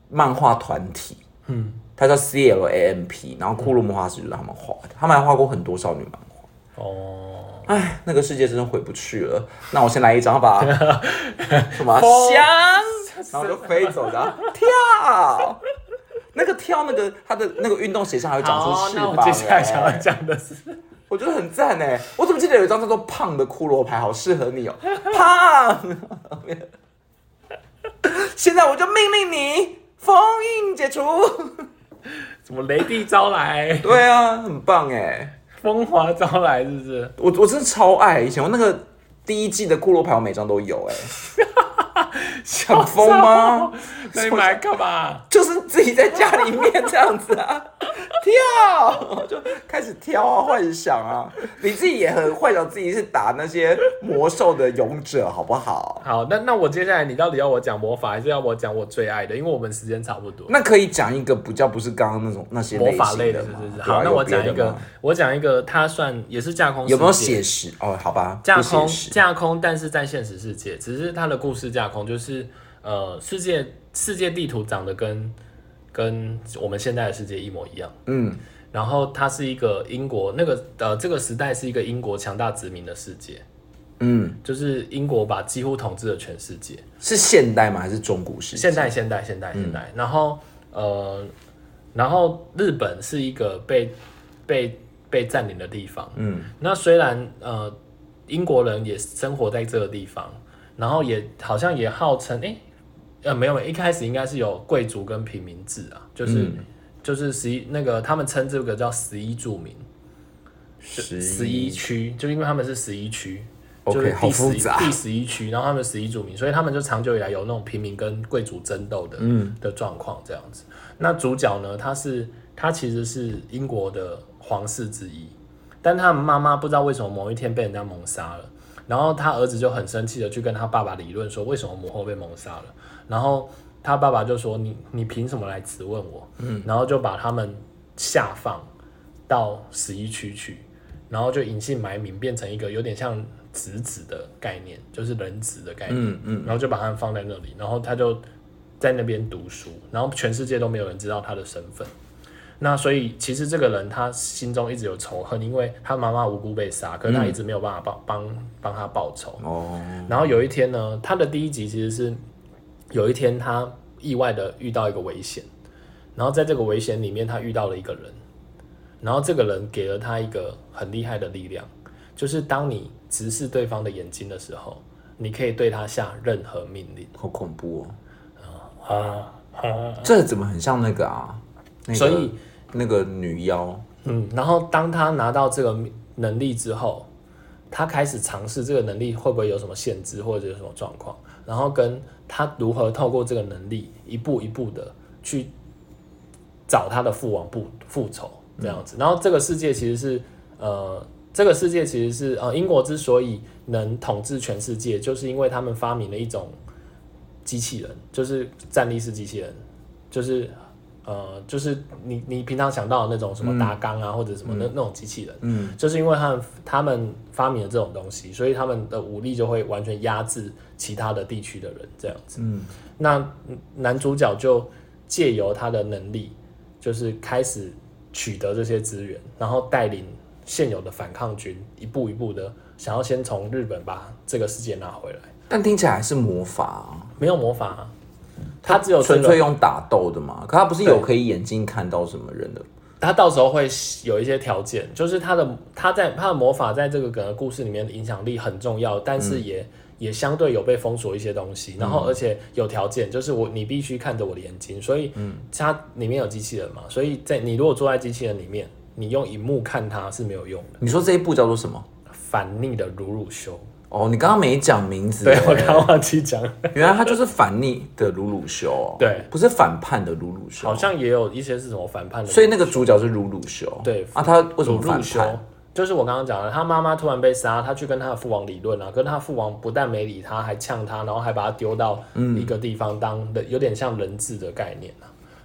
[SPEAKER 1] 漫画团体，
[SPEAKER 2] 嗯，
[SPEAKER 1] 它叫 CLAMP，然后骷髅魔法使就是他们画的，他们还画过很多少女漫画。
[SPEAKER 2] 哦，
[SPEAKER 1] 哎，那个世界真的回不去了。那我先来一张 吧，什么
[SPEAKER 2] 风
[SPEAKER 1] 香，然后就飞走，然后跳。那个跳，那个它的那个运动鞋上还会长出
[SPEAKER 2] 好，
[SPEAKER 1] 翅
[SPEAKER 2] 哦
[SPEAKER 1] 膀
[SPEAKER 2] 那
[SPEAKER 1] 哎
[SPEAKER 2] 我
[SPEAKER 1] 耶。
[SPEAKER 2] 接下来想要讲的是。
[SPEAKER 1] 我觉得很赞哎！我怎么记得有一张叫做“胖”的骷髅牌，好适合你哦，胖。 现在我就命令你封印解除。，
[SPEAKER 2] 什么雷帝招来
[SPEAKER 1] 对啊，很棒哎！
[SPEAKER 2] 风华招来，是不是？
[SPEAKER 1] 我我真的超爱，以前我那个第一季的骷髅牌，我每张都有哎， 很疯吗？
[SPEAKER 2] 那你买来干嘛？
[SPEAKER 1] 就是自己在家里面这样子啊， 跳就开始跳啊，幻想啊，你自己也很幻想自己是打那些魔兽的勇者，好不好？
[SPEAKER 2] 好，那那我接下来你到底要我讲魔法，还是要我讲我最爱的？因为我们时间差不多。
[SPEAKER 1] 那可以讲一个比较不是刚刚那种那些
[SPEAKER 2] 魔法
[SPEAKER 1] 类型
[SPEAKER 2] 类的，是
[SPEAKER 1] 吗
[SPEAKER 2] 不是？
[SPEAKER 1] 对啊
[SPEAKER 2] 好，那
[SPEAKER 1] 有
[SPEAKER 2] 我
[SPEAKER 1] 别
[SPEAKER 2] 讲
[SPEAKER 1] 的
[SPEAKER 2] 一个
[SPEAKER 1] 吗，
[SPEAKER 2] 我讲一个，它算也是架空世界，
[SPEAKER 1] 有没有写实？哦，好吧，
[SPEAKER 2] 架
[SPEAKER 1] 不
[SPEAKER 2] 空
[SPEAKER 1] 写实
[SPEAKER 2] 架空，但是在现实世界，只是它的故事架空，就是呃，世界世界地图长得跟跟我们现在的世界一模一样。
[SPEAKER 1] 嗯，
[SPEAKER 2] 然后它是一个英国那个呃这个时代是一个英国强大殖民的世界，
[SPEAKER 1] 嗯，
[SPEAKER 2] 就是英国把几乎统治了全世界。
[SPEAKER 1] 是现代吗？还是中古世纪？
[SPEAKER 2] 现代，现代，现代，现代。然后呃，然后日本是一个被被被占领的地方。
[SPEAKER 1] 嗯，
[SPEAKER 2] 那虽然呃英国人也生活在这个地方，然后也好像也号称诶，呃没有，一开始应该是有贵族跟平民制啊，就是、就是十一那个他们称这个叫十一住民，
[SPEAKER 1] 十
[SPEAKER 2] 十一区，就因为他们是十一区。
[SPEAKER 1] OK，
[SPEAKER 2] 就是
[SPEAKER 1] 好
[SPEAKER 2] 第
[SPEAKER 1] 复
[SPEAKER 2] 十
[SPEAKER 1] 杂
[SPEAKER 2] 第十一区，然后他们十一住民，所以他们就长久以来有那种平民跟贵族争斗的、
[SPEAKER 1] 嗯
[SPEAKER 2] 的状况这样子。那主角呢，他是他其实是英国的皇室之一，但他妈妈不知道为什么某一天被人家谋杀了，然后他儿子就很生气的去跟他爸爸理论说为什么母后被谋杀了，然后他爸爸就说你你凭什么来质问我？嗯，然后就把他们下放到十一区去，然后就隐姓埋名变成一个有点像侄子的概念，就是人质的概念，
[SPEAKER 1] 嗯嗯，
[SPEAKER 2] 然后就把他们放在那里，然后他就在那边读书，然后全世界都没有人知道他的身份。那所以其实这个人他心中一直有仇恨，因为他妈妈无辜被杀，可是他一直没有办法帮帮帮他报仇。
[SPEAKER 1] 哦，
[SPEAKER 2] 然后有一天呢，他的第一集其实是有一天他意外的遇到一个危险，然后在这个危险里面，他遇到了一个人，然后这个人给了他一个很厉害的力量，就是当你直视对方的眼睛的时候，你可以对他下任何命令
[SPEAKER 1] 好恐怖哦，
[SPEAKER 2] 啊啊！
[SPEAKER 1] 这怎么很像那个啊？那个、
[SPEAKER 2] 所以
[SPEAKER 1] 那个女妖，
[SPEAKER 2] 嗯，然后当他拿到这个能力之后，他开始尝试这个能力会不会有什么限制或者有什么状况，然后跟他如何透过这个能力一步一步的去找他的父王复复仇这样子。然后这个世界其实是呃，这个世界其实是呃，英国之所以能统治全世界，就是因为他们发明了一种机器人，就是战力式机器人，就是呃，就是你你平常想到的那种什么达纲啊、或者什么那、那种机器人，
[SPEAKER 1] 嗯，
[SPEAKER 2] 就是因为他们他们发明了这种东西，所以他们的武力就会完全压制其他的地区的人这样子。
[SPEAKER 1] 嗯，
[SPEAKER 2] 那嗯男主角就借由他的能力，就是开始取得这些资源，然后带领现有的反抗军一步一步的想要先从日本把这个世界拿回来。
[SPEAKER 1] 但听起来还是魔法、啊，
[SPEAKER 2] 没有魔法、啊，他只有这个
[SPEAKER 1] 纯粹用打斗的嘛。可他不是
[SPEAKER 2] 哦对
[SPEAKER 1] 有可以眼睛看到什么人的？
[SPEAKER 2] 他到时候会有一些条件，就是他的他在他的魔法在这个整个故事里面的影响力很重要，但是也、也相对有被封锁一些东西，然后而且有条件，就是我你必须看着我的眼睛，所以它里面有机器人嘛，所以在你如果坐在机器人里面，你用荧幕看它是没有用的。
[SPEAKER 1] 你说这一部叫做什么？
[SPEAKER 2] 反逆的鲁鲁修，
[SPEAKER 1] 哦，你刚刚没讲名字，哦
[SPEAKER 2] 对 我刚忘记讲，
[SPEAKER 1] 原来他就是反逆的鲁鲁修、哦，
[SPEAKER 2] 对
[SPEAKER 1] 不是反叛的鲁鲁修，
[SPEAKER 2] 好像也有一些是什么反叛的，
[SPEAKER 1] 所以那个主角是鲁鲁修，
[SPEAKER 2] 对
[SPEAKER 1] 啊，他为什
[SPEAKER 2] 鲁
[SPEAKER 1] 么反
[SPEAKER 2] 入修
[SPEAKER 1] 叛？，
[SPEAKER 2] 就是我刚刚讲的，他妈妈突然被杀，他去跟他的父王理论啊，跟他父王不但没理他，还呛他，然后还把他丢到
[SPEAKER 1] 嗯
[SPEAKER 2] 一个地方当的，有点像人质的概念啊。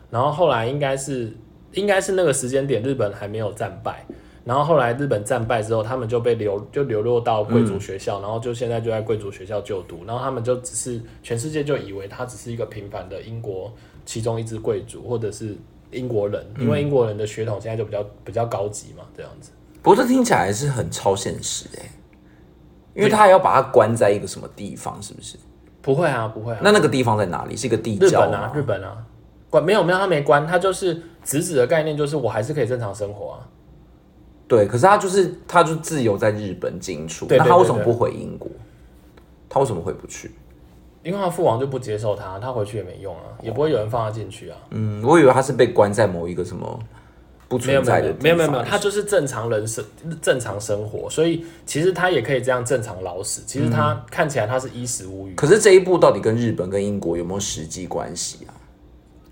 [SPEAKER 2] 然后后来应该是应该是那个时间点，日本还没有战败。然后后来日本战败之后，他们就被流就流落到贵族学校，然后就现在就在贵族学校就读。然后他们就只是全世界就以为他只是一个平凡的英国其中一支贵族，或者是英国人，因为英国人的血统现在就比较比较高级嘛，这样子。
[SPEAKER 1] 不过这听起来是很超现实哎、因为他还要把他关在一个什么地方，是不是？
[SPEAKER 2] 不会啊，不会啊。
[SPEAKER 1] 那那个地方在哪里？是一个地
[SPEAKER 2] 日
[SPEAKER 1] 窖
[SPEAKER 2] 本
[SPEAKER 1] 吗
[SPEAKER 2] 啊，日本啊，关没有没有，他没关，他就是直指的概念，就是我还是可以正常生活啊。
[SPEAKER 1] 对，可是他就是他就自由在日本进出，
[SPEAKER 2] 对对
[SPEAKER 1] 那他为什么
[SPEAKER 2] 对
[SPEAKER 1] 不
[SPEAKER 2] 对
[SPEAKER 1] 回英国？他为什么回不去？
[SPEAKER 2] 因为他父王就不接受他，他回去也没用啊，也不会有人放他进去啊。
[SPEAKER 1] 嗯，我以为他是被关在某一个什么不
[SPEAKER 2] 没
[SPEAKER 1] 存
[SPEAKER 2] 有没
[SPEAKER 1] 在
[SPEAKER 2] 有
[SPEAKER 1] 的
[SPEAKER 2] 没有没有没有，
[SPEAKER 1] 地
[SPEAKER 2] 他
[SPEAKER 1] 方
[SPEAKER 2] 就是正常人生正常生活，所以其实他也可以这样正常老死。其实他看起来他是衣食无余，
[SPEAKER 1] 嗯可是这一部到底跟日本跟英国有没有实际关系啊？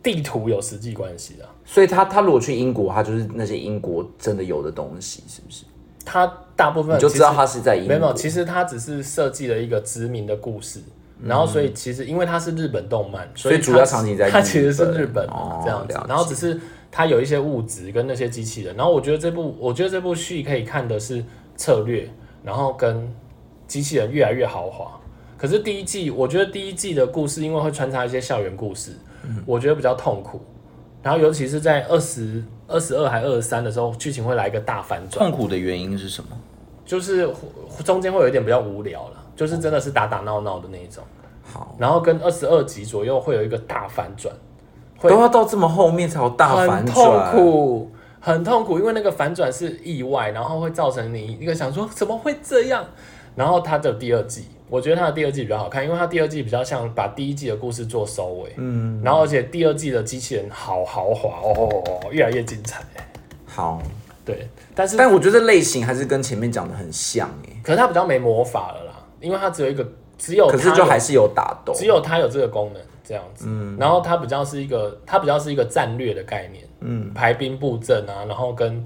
[SPEAKER 2] 地图有实际关系啊。
[SPEAKER 1] 所以他他如果去英国，他就是那些英国真的有的东西，是不是？
[SPEAKER 2] 他大部分
[SPEAKER 1] 你就
[SPEAKER 2] 其
[SPEAKER 1] 知道
[SPEAKER 2] 实
[SPEAKER 1] 他是在英
[SPEAKER 2] 没有没
[SPEAKER 1] 国
[SPEAKER 2] 有，。其实他只是设计了一个殖民的故事，然后所以其实因为它是日本动漫，所
[SPEAKER 1] 嗯以
[SPEAKER 2] 它
[SPEAKER 1] 主要场景在
[SPEAKER 2] 它
[SPEAKER 1] 日
[SPEAKER 2] 其实是
[SPEAKER 1] 本
[SPEAKER 2] 日本嘛啊
[SPEAKER 1] 哦
[SPEAKER 2] 这样子
[SPEAKER 1] 了解，
[SPEAKER 2] 然后只是它有一些物质跟那些机器人，然后我觉得这部我觉得这部戏可以看的是策略，然后跟机器人越来越豪华。可是第一季，我觉得第一季的故事因为会穿插一些校园故事，
[SPEAKER 1] 嗯
[SPEAKER 2] 我觉得比较痛苦。然后尤其是在二十二十二还二十三的时候，剧情会来一个大反转。
[SPEAKER 1] 痛苦的原因是什么？
[SPEAKER 2] 就是中间会有一点比较无聊了，就是真的是打打闹闹的那一种。
[SPEAKER 1] 好，
[SPEAKER 2] 然后跟二十二集左右会有一个大反转，会
[SPEAKER 1] 都要到这么后面才有大
[SPEAKER 2] 很
[SPEAKER 1] 反
[SPEAKER 2] 痛
[SPEAKER 1] 转，
[SPEAKER 2] 苦，很痛苦，因为那个反转是意外，然后会造成你一个想说怎么会这样，然后它的第二季，我觉得它的第二季比较好看，因为它第二季比较像把第一季的故事做收尾，嗯，然后而且第二季的机器人好豪华哦，越来越精彩，
[SPEAKER 1] 好，
[SPEAKER 2] 对，但是
[SPEAKER 1] 但我觉得类型还是跟前面讲的很像哎，
[SPEAKER 2] 可是它比较没魔法了啦，因为它只有一个，只有
[SPEAKER 1] 可是
[SPEAKER 2] 它
[SPEAKER 1] 就
[SPEAKER 2] 有
[SPEAKER 1] 还是哦有打斗，
[SPEAKER 2] 只有它有这个功能这样子。
[SPEAKER 1] 嗯
[SPEAKER 2] 然后它比较是一个，它比较是一个战略的概念，嗯，排兵布阵啊，然后跟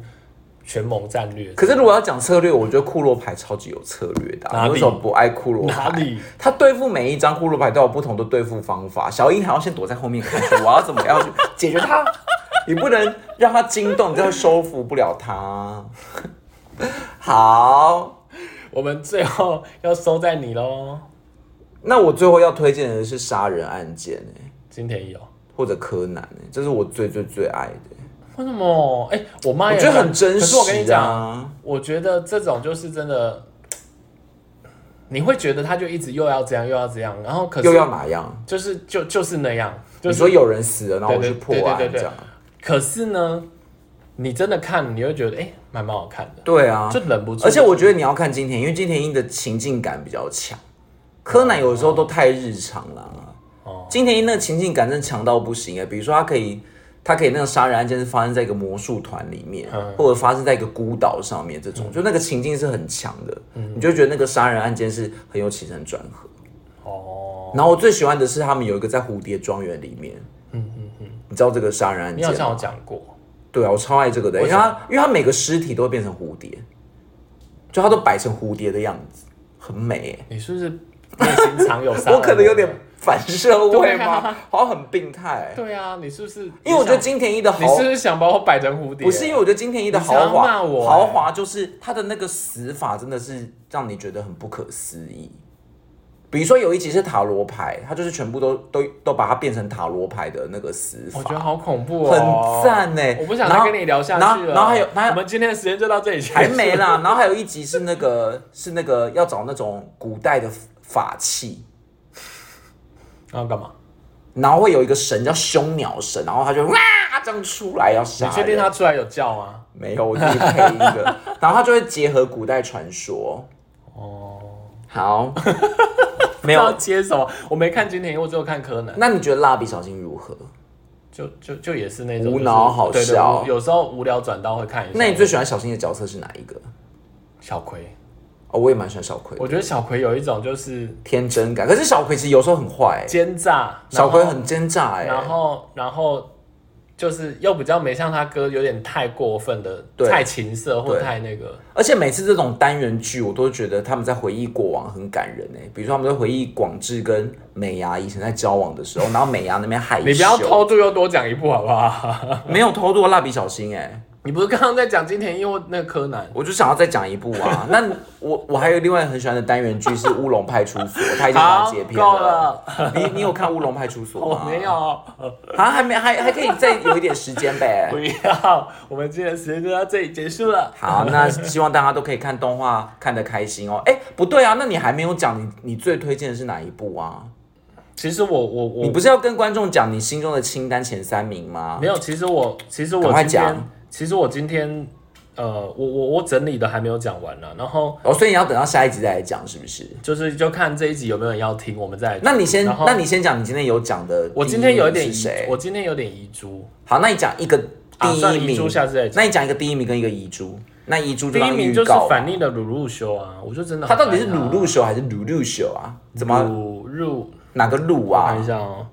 [SPEAKER 2] 全盟战略。
[SPEAKER 1] 可是如果要讲策略，我觉得库洛牌超级有策略的、
[SPEAKER 2] 哪
[SPEAKER 1] 啊。
[SPEAKER 2] 里
[SPEAKER 1] 你为什么不爱库洛
[SPEAKER 2] 哪
[SPEAKER 1] 牌？
[SPEAKER 2] 里？
[SPEAKER 1] 他对付每一张库洛牌都有不同的对付方法。小樱还要先躲在后面看，说我要怎么样去解决 他。你不能让他惊动，你这样收服不了他。好，
[SPEAKER 2] 我们最后要收在你喽，
[SPEAKER 1] 那我最后要推荐的是杀人案件、欸，
[SPEAKER 2] 金田有。
[SPEAKER 1] 或者柯南、欸，这是我最最最爱的、
[SPEAKER 2] 为什么？哎、我妈
[SPEAKER 1] 我
[SPEAKER 2] 也
[SPEAKER 1] 觉得很真
[SPEAKER 2] 可
[SPEAKER 1] 实、
[SPEAKER 2] 是
[SPEAKER 1] 啊。
[SPEAKER 2] 我跟你讲，我觉得这种就是真的，你会觉得他就一直又要这样又要这样，然后可是
[SPEAKER 1] 又要哪样？
[SPEAKER 2] 就是就就是那样，就
[SPEAKER 1] 你
[SPEAKER 2] 是
[SPEAKER 1] 说有人死了，然后我
[SPEAKER 2] 对
[SPEAKER 1] 去
[SPEAKER 2] 对
[SPEAKER 1] 破
[SPEAKER 2] 对对
[SPEAKER 1] 案，
[SPEAKER 2] 对对
[SPEAKER 1] 这样。
[SPEAKER 2] 可是呢，你真的看，你会觉得哎，蛮、蛮好看的，
[SPEAKER 1] 对啊，
[SPEAKER 2] 就忍不住。
[SPEAKER 1] 而且我觉得你要看金田，因为金田一的情境感比较强，柯南有时候都太日常了。啊
[SPEAKER 2] 哦
[SPEAKER 1] 金田一那个情境感真的强到不行哎、比如说他可以，他可以那个杀人案件是发生在一个魔术团里面，
[SPEAKER 2] 嗯
[SPEAKER 1] 或者发生在一个孤岛上面，这种、就那个情境是很强的，
[SPEAKER 2] 嗯
[SPEAKER 1] 你就觉得那个杀人案件是很有起承转合。
[SPEAKER 2] 哦，
[SPEAKER 1] 然后我最喜欢的是他们有一个在蝴蝶庄园里面，嗯嗯嗯，你知道这个杀人案
[SPEAKER 2] 你好
[SPEAKER 1] 件
[SPEAKER 2] 像
[SPEAKER 1] 吗？
[SPEAKER 2] 有讲过，
[SPEAKER 1] 对啊，我超爱这个的，因为它因为它每个尸体都会变成蝴蝶，就它都摆成蝴蝶的样子，很美耶。
[SPEAKER 2] 你是不是内心藏有杀？
[SPEAKER 1] 我可能有点。反社会
[SPEAKER 2] 对
[SPEAKER 1] 吗？
[SPEAKER 2] 啊
[SPEAKER 1] 好像很病态耶。
[SPEAKER 2] 对啊，你是不是？
[SPEAKER 1] 因为我觉得金田一的
[SPEAKER 2] 你
[SPEAKER 1] 豪
[SPEAKER 2] 是不是想把我摆成蝴蝶？
[SPEAKER 1] 不是因为我觉得金田一的豪
[SPEAKER 2] 你想要
[SPEAKER 1] 华
[SPEAKER 2] 骂我欸耶
[SPEAKER 1] 豪华就是他的那个死法真的是让你觉得很不可思议。比如说有一集是塔罗牌，他就是全部都都都把它变成塔罗牌的那个死
[SPEAKER 2] 我
[SPEAKER 1] 法
[SPEAKER 2] 觉，得好恐怖哦，
[SPEAKER 1] 很赞呢。
[SPEAKER 2] 我不想
[SPEAKER 1] 然
[SPEAKER 2] 再
[SPEAKER 1] 后
[SPEAKER 2] 跟你聊下
[SPEAKER 1] 然
[SPEAKER 2] 去
[SPEAKER 1] 后
[SPEAKER 2] 了。
[SPEAKER 1] 然后还有还有
[SPEAKER 2] 我们今天的时间就到这里结束，
[SPEAKER 1] 还没啦，然后还有一集是那个是那个要找那种古代的法器，
[SPEAKER 2] 然后 干嘛？
[SPEAKER 1] 然后会有一个神叫凶鸟神，然后他就哇这样出来要杀
[SPEAKER 2] 你
[SPEAKER 1] 人。
[SPEAKER 2] 确定他出来有叫吗？
[SPEAKER 1] 没有？我自己配音 的，然后他就会结合古代传说。哦， 好，没
[SPEAKER 2] 不知
[SPEAKER 1] 有
[SPEAKER 2] 道。接什么？我没看金田一，我只有看柯南，
[SPEAKER 1] 那你觉得蜡笔小新如何？
[SPEAKER 2] 就就就也是那种
[SPEAKER 1] 无脑好
[SPEAKER 2] 就是对对
[SPEAKER 1] 笑
[SPEAKER 2] 无有时候无聊转到会看一下。
[SPEAKER 1] 那你最喜欢小新的角色是哪一个？
[SPEAKER 2] 小葵？
[SPEAKER 1] 哦，我也蛮喜欢小葵的，
[SPEAKER 2] 我觉得小葵有一种就是
[SPEAKER 1] 天真感。可是小葵其实有时候很坏、欸，
[SPEAKER 2] 奸诈，
[SPEAKER 1] 小葵
[SPEAKER 2] 然后
[SPEAKER 1] 很奸诈哎、
[SPEAKER 2] 然后然后就是又比较没像他哥有点太过分的，
[SPEAKER 1] 对
[SPEAKER 2] 太情色或
[SPEAKER 1] 对
[SPEAKER 2] 太那个。
[SPEAKER 1] 而且每次这种单元剧，我都觉得他们在回忆过往很感人哎、比如说他们在回忆广志跟美伢以前在交往的时候，然后美伢那边害羞，
[SPEAKER 2] 你不要偷渡又多讲一步好不好？
[SPEAKER 1] 没有偷渡蜡笔小新哎、
[SPEAKER 2] 你不是刚刚在讲金田一或那个柯南？
[SPEAKER 1] 我就想要再讲一部 啊。那我我还有另外很喜欢的单元剧是《乌龙派出所》，他已经完结篇
[SPEAKER 2] 好够
[SPEAKER 1] 了
[SPEAKER 2] 了。
[SPEAKER 1] 你你有看《乌龙派出所》
[SPEAKER 2] 我
[SPEAKER 1] 吗？
[SPEAKER 2] 没有，
[SPEAKER 1] 啊，还没还还可以再有一点时间呗
[SPEAKER 2] 不。要。我们今天的时间就到这里结束了。
[SPEAKER 1] 好，那希望大家都可以看动画看得开心哦。哎、不对啊，那你还没有讲你你最推荐的是哪一部啊？
[SPEAKER 2] 其实我我
[SPEAKER 1] 你
[SPEAKER 2] 我
[SPEAKER 1] 不是要跟观众讲你心中的清单前三名吗
[SPEAKER 2] 没？有，其实我其实
[SPEAKER 1] 赶
[SPEAKER 2] 我
[SPEAKER 1] 快
[SPEAKER 2] 今天
[SPEAKER 1] 讲
[SPEAKER 2] 其实我今天呃，我我我整理的还没有讲完呢、然后
[SPEAKER 1] 哦，所以你要等到下一集再来讲，是不是？
[SPEAKER 2] 就是就看这一集有没有人要听，我们再来讲。
[SPEAKER 1] 那你先，
[SPEAKER 2] 然后
[SPEAKER 1] 那你先讲你今天有讲的。
[SPEAKER 2] 我今天有一点
[SPEAKER 1] 是谁
[SPEAKER 2] 遗，？我今天有点遗珠。
[SPEAKER 1] 好，那你讲一个
[SPEAKER 2] 啊
[SPEAKER 1] 第
[SPEAKER 2] 算
[SPEAKER 1] 一
[SPEAKER 2] 了遗
[SPEAKER 1] 名，
[SPEAKER 2] 珠下次再讲
[SPEAKER 1] 那你讲一个第一名跟一个遗珠，那遗珠
[SPEAKER 2] 第
[SPEAKER 1] 就
[SPEAKER 2] 一
[SPEAKER 1] 当
[SPEAKER 2] 名
[SPEAKER 1] 预
[SPEAKER 2] 就是
[SPEAKER 1] 告吧。啊
[SPEAKER 2] 反逆的鲁鲁修啊，我就真的
[SPEAKER 1] 他
[SPEAKER 2] 很
[SPEAKER 1] 到底
[SPEAKER 2] 爱
[SPEAKER 1] 是鲁路修还是鲁路修啊？怎么
[SPEAKER 2] 鲁入？
[SPEAKER 1] 哪个路
[SPEAKER 2] 我看
[SPEAKER 1] 啊
[SPEAKER 2] 一？下哦，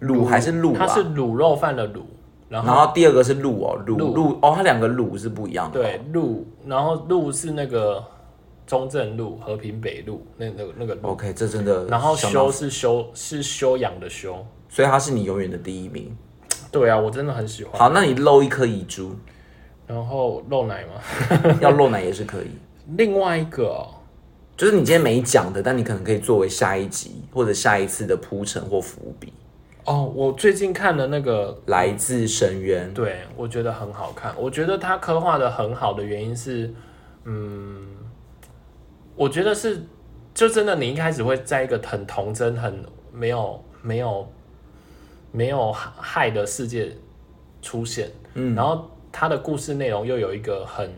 [SPEAKER 1] 鲁还是路
[SPEAKER 2] 他
[SPEAKER 1] 啊？
[SPEAKER 2] 是卤肉饭的卤，然
[SPEAKER 1] 然
[SPEAKER 2] 后
[SPEAKER 1] 后第二个是路哦，鲁
[SPEAKER 2] 路
[SPEAKER 1] 路哦，它两个路是不一样的。
[SPEAKER 2] 对卤，然后路是那个中正路、和平北路那那个那个路，
[SPEAKER 1] ，OK，这真的。
[SPEAKER 2] 然后
[SPEAKER 1] 修，
[SPEAKER 2] 修是修是修养的修。
[SPEAKER 1] 所以他是你永远的第一名。
[SPEAKER 2] 对啊，我真的很喜欢。
[SPEAKER 1] 好，那你漏一颗遗 珠，
[SPEAKER 2] 然后肉奶嘛，
[SPEAKER 1] 要漏奶也是可以。
[SPEAKER 2] 另外一个、哦，
[SPEAKER 1] 就是你今天没讲的，但你可能可以作为下一集或者下一次的铺陈或伏笔。
[SPEAKER 2] 哦，我最近看了那个
[SPEAKER 1] 来自深渊，
[SPEAKER 2] 对，我觉得很好看。我觉得他刻画的很好的原因是，嗯，我觉得是，就真的你一开始会在一个很童真、很没有、没有、没有害的世界出现，嗯，然后他的故事内容又有一个很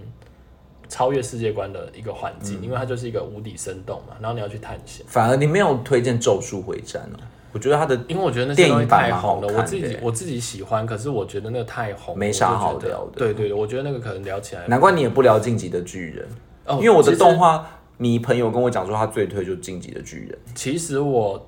[SPEAKER 2] 超越世界观的一个环境，因为它就是一个无底深洞嘛，然后你要去探险。
[SPEAKER 1] 反而你没有推荐《咒术回战》哦，我觉得他的
[SPEAKER 2] 因为我觉得那
[SPEAKER 1] 电
[SPEAKER 2] 些
[SPEAKER 1] 影
[SPEAKER 2] 东西
[SPEAKER 1] 版
[SPEAKER 2] 太
[SPEAKER 1] 蛮好
[SPEAKER 2] 红了，我
[SPEAKER 1] 看
[SPEAKER 2] 自
[SPEAKER 1] 的
[SPEAKER 2] 己
[SPEAKER 1] 欸
[SPEAKER 2] 我自己喜欢，可是我觉得那个太红，
[SPEAKER 1] 没啥
[SPEAKER 2] 我就觉
[SPEAKER 1] 好
[SPEAKER 2] 得
[SPEAKER 1] 聊的
[SPEAKER 2] 对对对，我觉得那个可能聊起来，
[SPEAKER 1] 难怪你也不聊《进击的巨人》
[SPEAKER 2] 哦
[SPEAKER 1] 因为我的
[SPEAKER 2] 其实
[SPEAKER 1] 动画迷朋友跟我讲说，他最推就《进击的巨人》
[SPEAKER 2] 其实我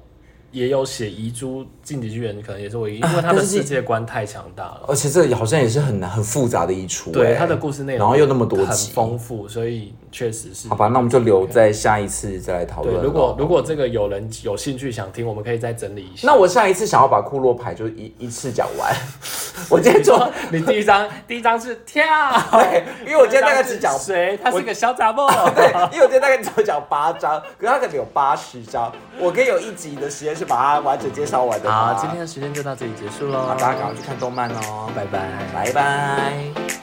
[SPEAKER 2] 也有写遗珠，《进击巨人》可能也是我，因 为他
[SPEAKER 1] 但
[SPEAKER 2] 的
[SPEAKER 1] 是
[SPEAKER 2] 世界观太强大了，
[SPEAKER 1] 而且这哦好像也是很难很复杂的一出、
[SPEAKER 2] 对
[SPEAKER 1] 哎
[SPEAKER 2] 他的故事内容，
[SPEAKER 1] 然后又那么多
[SPEAKER 2] 很
[SPEAKER 1] 集
[SPEAKER 2] 丰富，所以确实是
[SPEAKER 1] 好。吧，那我们就留在下一次再来讨
[SPEAKER 2] 对
[SPEAKER 1] 论，咯。
[SPEAKER 2] 如果如果这个有人有兴趣想听，我们可以再整理一下。
[SPEAKER 1] 那我下一次想要把库洛牌就一一次讲完， 我今天就
[SPEAKER 2] 你第一张，第一张是跳，
[SPEAKER 1] 对，因为我今天大概只讲
[SPEAKER 2] 第一张是谁？ 他是个小 杂毛。
[SPEAKER 1] 对，因为我今天大概只有讲八章，可是他可能有八十章，我可以有一集的时间是把它完整介绍完的吧。
[SPEAKER 2] 好，今天的时间就到这里结束喽
[SPEAKER 1] 好，。大家赶快去看动漫哦，
[SPEAKER 2] 拜拜。
[SPEAKER 1] 拜拜。